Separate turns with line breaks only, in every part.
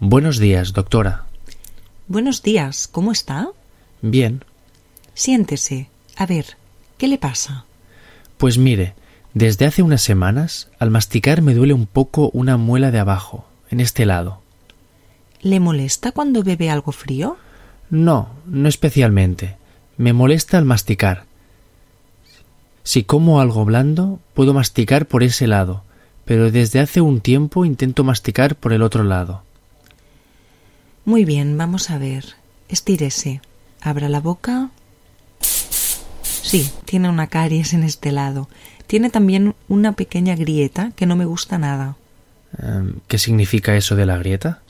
Buenos días, doctora.
Buenos días, ¿cómo está?
Bien.
Siéntese. A ver, ¿qué le pasa?
Pues mire, desde hace unas semanas, al masticar me duele un poco una muela de abajo, en este lado.
¿Le molesta cuando bebe algo frío?
No, no especialmente. Me molesta al masticar. Si como algo blando, puedo masticar por ese lado, pero desde hace un tiempo intento masticar por el otro lado.
Muy bien, vamos a ver. Estírese. Abra la boca. Sí, tiene una caries en este lado. Tiene también una pequeña grieta que no me gusta nada.
Em, ¿Qué significa eso de la grieta?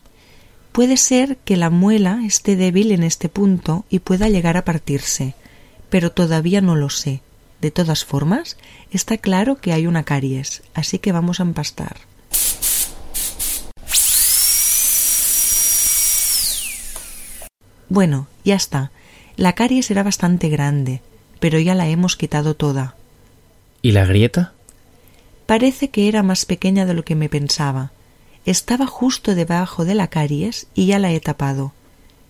Puede ser que la muela esté débil en este punto y pueda llegar a partirse, pero todavía no lo sé. De todas formas, está claro que hay una caries, así que vamos a empastar. Bueno, ya está. La caries era bastante grande, pero ya la hemos quitado toda.
¿Y la grieta?
Parece que era más pequeña de lo que me pensaba. Estaba justo debajo de la caries y ya la he tapado.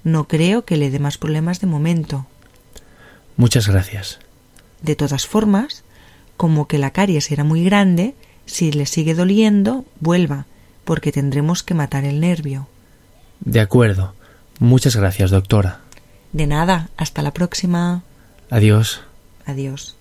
No creo que le dé más problemas de momento.
Muchas gracias.
De todas formas, como que la caries era muy grande, si le sigue doliendo, vuelva, porque tendremos que matar el nervio.
De acuerdo. Muchas gracias, doctora.
De nada, hasta la próxima.
Adiós.
Adiós.